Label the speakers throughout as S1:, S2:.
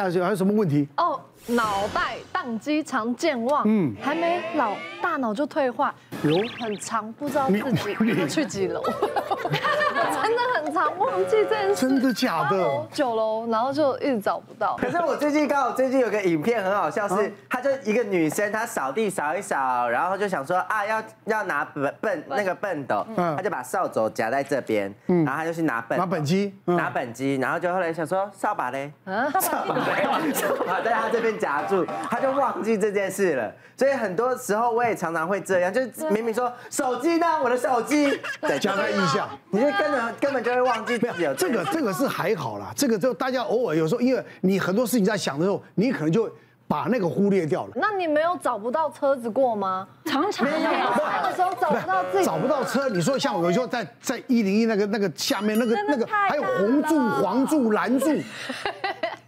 S1: 还有还有什么问题？
S2: 哦，脑袋宕机常健忘，嗯，还没老，大脑就退化，
S1: 有
S2: 很长不知道
S1: 你
S2: 自己
S1: 你
S2: 又去几楼， 我真的很常忘记这件事，
S1: 真的假
S2: 八
S1: 的
S2: 楼？九楼，然后就一直找不到。
S3: 可是我最近刚好最近有个影片很好笑，
S1: 啊
S3: 是她就一个女生，她扫地扫一扫，然后就想说啊要要拿笨笨那个笨斗，
S1: 嗯
S3: 她就把扫帚夹在这边，然后她就去拿笨
S1: 拿本机嗯
S3: 拿本机，然后就后来想说扫把嘞，
S2: 啊
S3: 扫把嘞，扫把在她这边夹住，她就忘记这件事了。所以很多时候我也常常会这样，就是明明说手机呢，我的手机，对
S1: 夹在腋下。
S3: 你就根本根本就会忘记自己有
S1: 这个这个是还好啦，这个就大家偶尔有时候，因为你很多事情在想的时候，你可能就把那个忽略掉了。
S2: 那你没有找不到车子过吗？
S4: 常常
S2: 没有，那个时候找不到自己，
S1: 找不到车，你说像我有时候在在一零一那个那个下面那个
S4: 真的
S1: 那个，
S4: 太
S1: 还有
S4: 大了
S1: 红柱、黄柱、蓝 柱，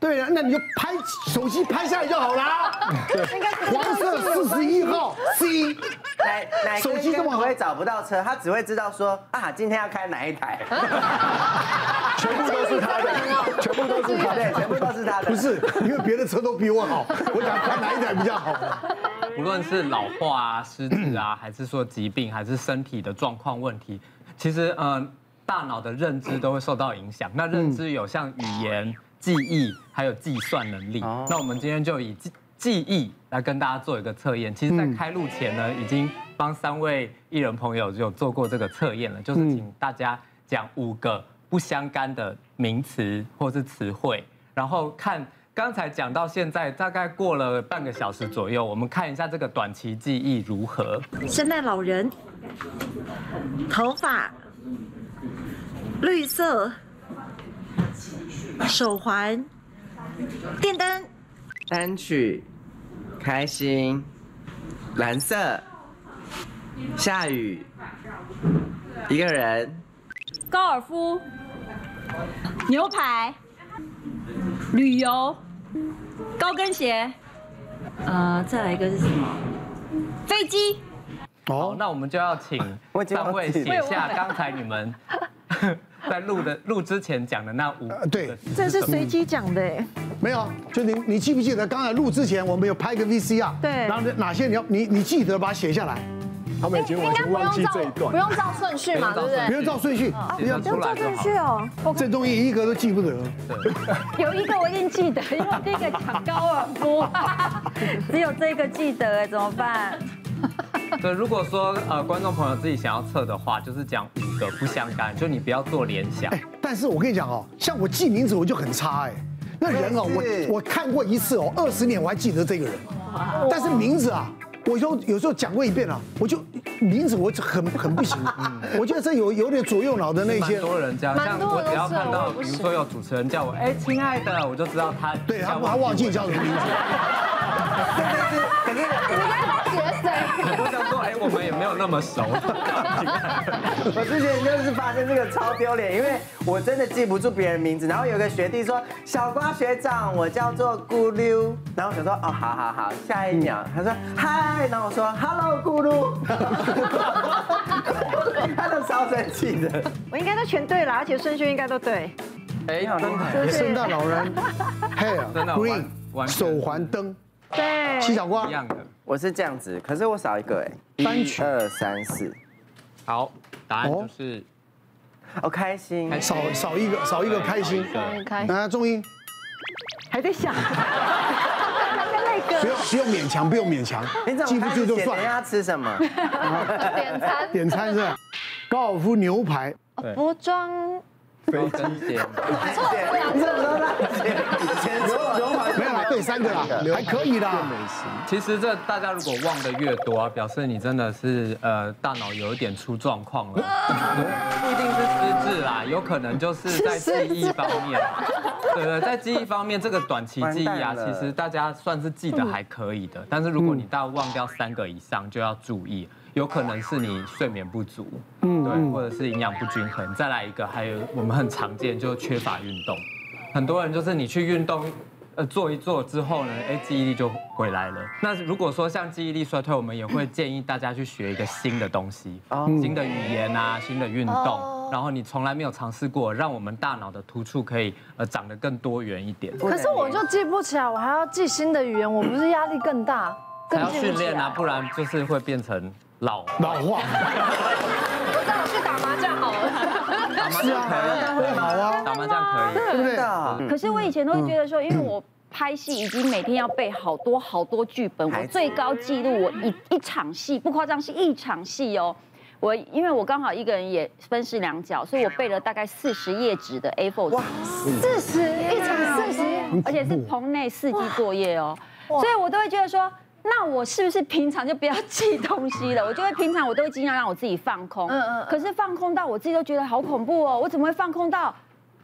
S1: 对呀，那你就拍手机拍下来就好啦。对，黄色四十一号 C，
S3: 奶奶
S1: 手机这么好
S3: 不会找不到车，他只会知道说啊，今天要开哪 一台，
S5: 全部都是他的，全部都是他
S3: 对，
S5: 的。
S3: 全部都是他的。
S1: 不是因为别的车都比我好，我想看哪一台比较好。
S6: 无论是老化啊、失智啊，还是说疾病，还是身体的状况问题，其实呃，大脑的认知都会受到影响。那认知有像语言、记忆，还有计算能力。那我们今天就以记记忆来跟大家做一个测验。其实，在开录前呢，已经帮三位艺人朋友有做过这个测验了，就是请大家讲五个不相干的名词或是词汇，然后看刚才讲到现在，大概过了半个小时左右，我们看一下这个短期记忆如何。
S7: 圣诞老人，头发绿色，手环，电灯，
S3: 单曲，开心，蓝色，下雨，一个人，
S4: 高尔夫、牛排、旅游、高跟鞋，呃，再来一个是什么？飞机。
S6: 好，
S1: 哦，
S6: 那我们就要请
S3: 我已经
S6: 三
S3: 忘
S6: 位
S3: 记了
S6: 写下刚才你们在录的录之前讲的那五
S1: 呃对
S6: 个
S2: 这是随机讲的
S7: 欸
S2: 哎，
S1: 没有，就你你记不记得刚才录之前我们有拍个 VCR，
S2: 对
S1: 然后哪些你要你你记得把它写下来，
S5: 他们已经完全忘记这一
S2: 哎不
S5: 段。
S2: 用照顺序嘛，对不
S1: 不
S2: 对？
S1: 啊用照顺序，
S6: 写得出来就好。
S4: 哦。
S1: 郑中义一个都记不得。
S4: 有一个我一定 记得，因为第一个讲高尔夫，只有这个记得哎，怎么办？
S6: 对，如果说呃观众朋友自己想要测的话，就是讲五个不相干，就你不要做联想。
S1: 哎，但是我跟你讲哦，像我记名字我就很差哎，那人哦，
S3: 我也是
S1: 我我看过一次哦，二十年我还记得这个人，但是名字啊，我有有时候讲过一遍啊，我就名字我就很很不行，我觉得这有有点左右脑的那
S6: 蛮
S1: 些，
S6: 多人这样，
S2: 蛮
S6: 像
S2: 多
S6: 我
S2: 人都
S6: 只要
S2: 是
S6: 看到，
S2: 我不
S6: 比
S2: 是
S6: 如说有主持人叫我，哎，亲爱的，我就知道他
S1: 对他
S6: 要
S1: 他忘记叫什么名字，
S3: 可是
S2: 学谁？
S6: 我想说，哎，我们也没有那么熟。
S3: 我之前就是发现这个超丢脸，因为我真的记不住别人名字。然后有个学弟说：“小瓜学长，我叫做咕噜。”然后我想说：“哦，好好好。”下一秒他说：“嗨。”然后我说：“Hello，咕 噜。”他都超生气的。
S7: 我应该都全对了，而且顺序应该都对。
S6: 哎，真的
S1: 圣诞老人，Hair
S6: 真的
S1: Green
S6: 完完全
S1: 手环灯，
S7: 对
S1: 七小瓜
S6: 一样的。
S3: 我是这样子，可是我少一个哎，
S1: 单曲
S3: 一二三四，
S6: 好，答案就是
S3: 哦，开心，
S1: 少少一个少一个开心，
S2: 张开
S1: 啊，中英
S7: 还在 想，
S1: 不用不用勉强，不用勉强
S3: 你怎，
S1: 记不
S3: 么开
S1: 住
S3: 始
S1: 就
S3: 写
S1: 算
S3: 人。家吃什 么？
S2: 点餐，
S1: 点餐是吧高尔夫牛排，
S7: 服装
S6: 高跟鞋。
S3: 你怎么都乱写？前错牛排
S1: 没有啦，对三个啦，还可以啦。
S6: 其实这大家如果忘得越多啊，表示你真的是呃大脑有一点出 状况了，不一定是失智啦，有可能就是在记忆方面，对对，在记忆方面这个短期记忆啊，
S3: 完蛋了
S6: 其实大家算是记得还可以的，但是如果你大忘掉三个以上，就要注意。有可能是你睡眠不足，嗯，对，或者是营养不均衡。再来一个，还有我们很常见就是缺乏运动，很多人就是你去运动，呃，做一做之后呢，哎，记忆力就回来了。那如果说像记忆力衰退，哦我们也会建议大家去学一个新的东西，新的语言啊，新的运动。然后你从来没有尝试过，让我们大脑的突触可以呃长得更多元一点。
S2: 可是我就记不起来，我还要记新的语言，我不是压力更大，
S6: 还
S2: 更
S6: 要
S2: 记不
S6: 训
S2: 起
S6: 练啊，
S2: 来。
S6: 不然就是会变成老。
S1: 老化，
S2: 不知
S4: 啊
S2: 道去打麻将好了。
S6: 打麻
S1: 是
S6: 将
S1: 啊，
S6: 可
S1: 会好啊
S6: 以，，打麻将可以。
S1: 对不对？
S3: 的，
S4: 可是我以前都会觉得说，因为我拍戏已经每天要背好多好多剧本，
S3: 孩
S4: 我
S3: 子
S4: 最高纪录我一一场戏不夸张是一场戏哦。我因为我刚好一个人也分饰两角，所以我背了大概四十页纸的 A4 纸
S3: 哇，
S2: 四十一场四十，
S4: 而且是棚内四季作业哦，所以我都会觉得说。那我是不是平常就不要记东西了？我就会平常我都会尽量让我自己放空，
S2: 嗯嗯嗯
S4: 可是放空到我自己都觉得好恐怖哦，我怎么会放空到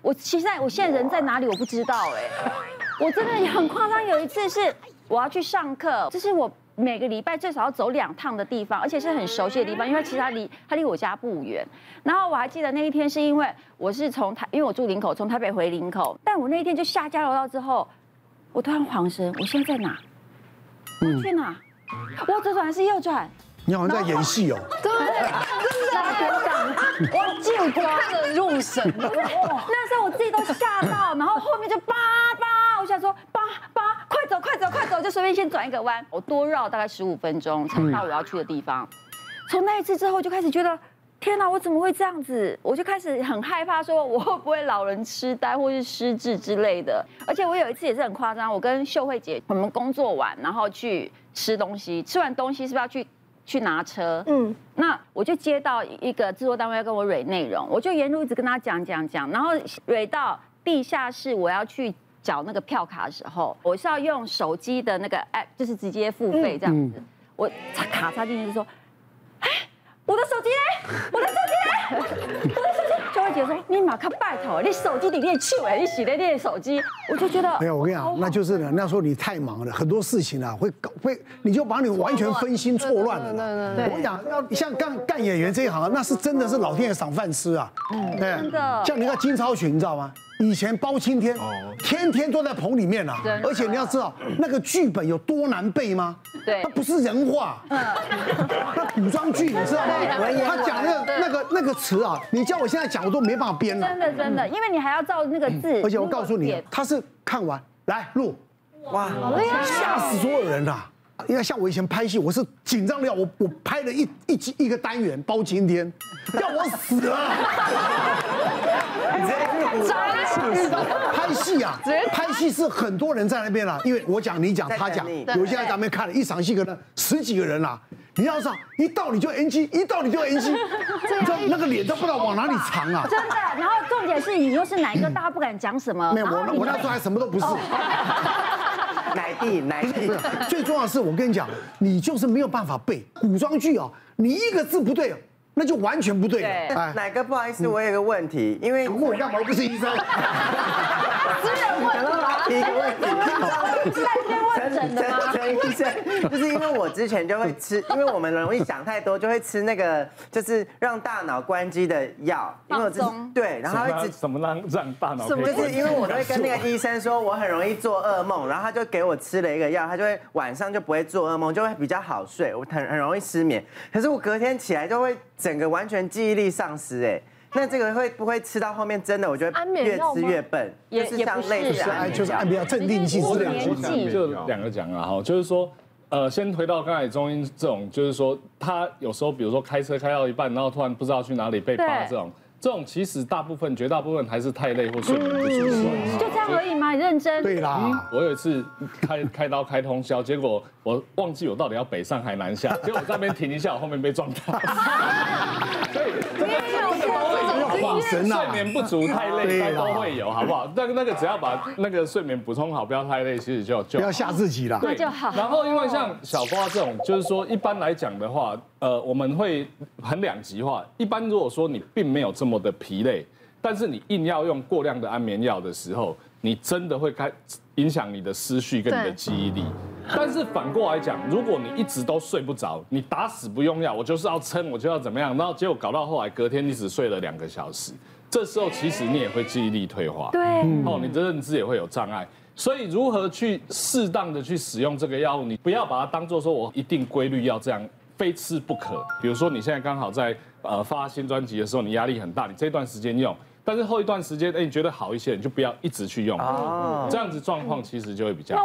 S4: 我现在我现在人在哪里我不知道哎，我真的很夸张。有一次是我要去上课，这是我每个礼拜最少要走两趟的地方，而且是很熟悉的地方，因为其实它离它离我家不远。然后我还记得那一天是因为我是从台，因为我住林口，从台北回林口，但我那一天就下交流道之后，我突然恍神，我现在在哪？我去哪？我左转还是右转？
S1: 你好像在演戏哦，
S4: 沙田港，我见光。
S2: 看得入神。
S4: 那时候我自己都吓到，然后后面就叭叭，我想说叭叭，快走快走快走，就随便先转一个弯，我多绕大概十五分钟才到我要去的地方。从那一次之后，就开始觉得。天哪，我怎么会这样子？我就开始很害怕，说我会不会老人痴呆或是失智之类的。而且我有一次也是很夸张，我跟秀慧姐我们工作完，然后去吃东西，吃完东西是不是要去去拿车？
S2: 嗯，
S4: 那我就接到一个制作单位要跟我蕊内容，我就沿路一直跟他讲讲讲，然后蕊到地下室我要去缴那个票卡的时候，我是要用手机的那个 app，就是直接付
S1: 嗯
S4: 费这样子。我插卡插进去就说：“哎，我的手机嘞，我的手机嘞，我的手机。”就会姐说：“你马克拜托，你手机里面去哎，你洗了你的手机。”我就觉得
S1: 没有，我跟你
S4: 好
S1: 讲，
S4: 恐
S1: 那就是呢，那时候你太忙了，很多事情啊，会搞会，你就把你完全分心错乱了啦。我跟你讲，要像干干演员这一行啊，那是真的是老天爷赏饭吃啊。嗯，
S4: 真的
S1: 像你看金超群，你知道吗？以前包青天，天天都在棚里面啊
S4: 真。的
S1: 而且你要知道，那个剧本有多难背吗？
S4: 对嗯
S1: 它不是人话。那古装剧你知道吗？他讲那个那个那个词啊，你叫我现在讲，我都没办法编了。
S4: 真的真的，因为你还要照那个字，
S1: 而且我告诉
S4: 如
S1: 你啊
S4: 果，
S1: 他是看完来录。
S3: 哇，
S1: 吓死所有人啦、因为像我以前拍戏，我是紧张的要我，我拍了一一集一个单元包青天，要我死啊！
S3: 你这是
S1: 拍戏啊，拍戏是很多人在那边啦、啊因为我讲你讲
S3: 在
S1: 他讲
S3: 等你，
S1: 有些在咱们看了一场戏可能十几个人啦、你要上一到你就 NG，一到你就 NG，你知道那个脸都不知道往哪里藏啊！
S4: 真的，然后重点是你又是哪一个，大家不敢讲什么。
S1: 没有，我
S4: 然
S1: 那
S4: 后你
S1: 我那时候还什么都不是。
S3: 奶弟奶弟
S1: 不，是，啊最重要的是我跟你讲，你就是没有办法背古装剧啊，你一个字不对，啊那就完全不对了。
S4: 对
S1: 哎，
S3: 奶哥不好意思，我有个问题，因为
S1: 你问我干嘛？我不是医生。
S3: 等 到我要提一个问题，
S4: 是在这边问诊的吗？
S3: 陈医生，就是因为我之前就会吃，因为我们容易想太多，就会吃那个就是让大脑关机的药，因为我之
S4: 放松
S3: 对，然后它会一直
S5: 怎么让让大脑
S3: 就
S5: 可以
S3: 是因为我都会跟那个医生说我很容易做噩梦，然后他就给我吃了一个药，他就会晚上就不会做噩梦，就会比较好睡，我很很容易失眠。可是我隔天起来就会整个完全记忆力丧失，哎，那这个会不会吃到后啊面真的我觉
S2: 安
S3: 得
S2: 眠
S3: 越
S2: 药
S3: 吃
S2: 吗
S3: 越笨，
S4: 也
S3: 就是啊
S4: 也
S3: 像
S4: 不是
S3: 类
S4: 是
S3: 似
S4: 安
S1: 哎，
S3: 安
S1: 就是按比较镇定啊剂治
S4: 因为我
S1: 疗
S4: 的。年纪
S5: 啊就两个讲啊，哈，就是说，呃，先回到刚才中英这种，就是说他有时候，比如说开车开到一半，然后突然不知道去哪里被扒
S4: 对
S5: 这种，这种其实大部分绝大部分还是太累或睡眠不足所致
S4: 就这样而已吗？你认真？
S1: 对啦，
S5: 我有一次开开刀开通宵，结果我忘记我到底要北上还南下，结果我在那边停一下，我后面被撞到。 所以这个
S1: 要晃神
S5: 睡
S1: 啊！
S5: 眠不足太累，
S1: 对啦
S5: 大家都会有，好不好？那个那个只要把那个睡眠补充好，不要太累，其实就就
S1: 不要吓自己啦。
S5: 对
S4: 就好
S5: 然后因为像小瓜这种，就是说一般来讲的话，呃，我们会很两极化。一般如果说你并没有这么的疲累，但是你硬要用过量的安眠药的时候，你真的会开影响你的思绪跟你的
S2: 对
S5: 记忆力。但是反过来讲，如果你一直都睡不着，你打死不用药，我就是要撑，我就要怎么样，然后结果搞到后来隔天你只睡了两个小时，这时候其实你也会记忆力退化。
S4: 对，
S5: 哦，你的认知也会有障碍。所以如何去适当的去使用这个药物，你不要把它当做说我一定规律要这样非吃不可。比如说你现在刚好在呃发新专辑的时候，你压力很大，你这段时间用，但是后一段时间，哎，你觉得好一些，你就不要一直去用，
S3: 哦
S5: 这样子状况其实就会比较好。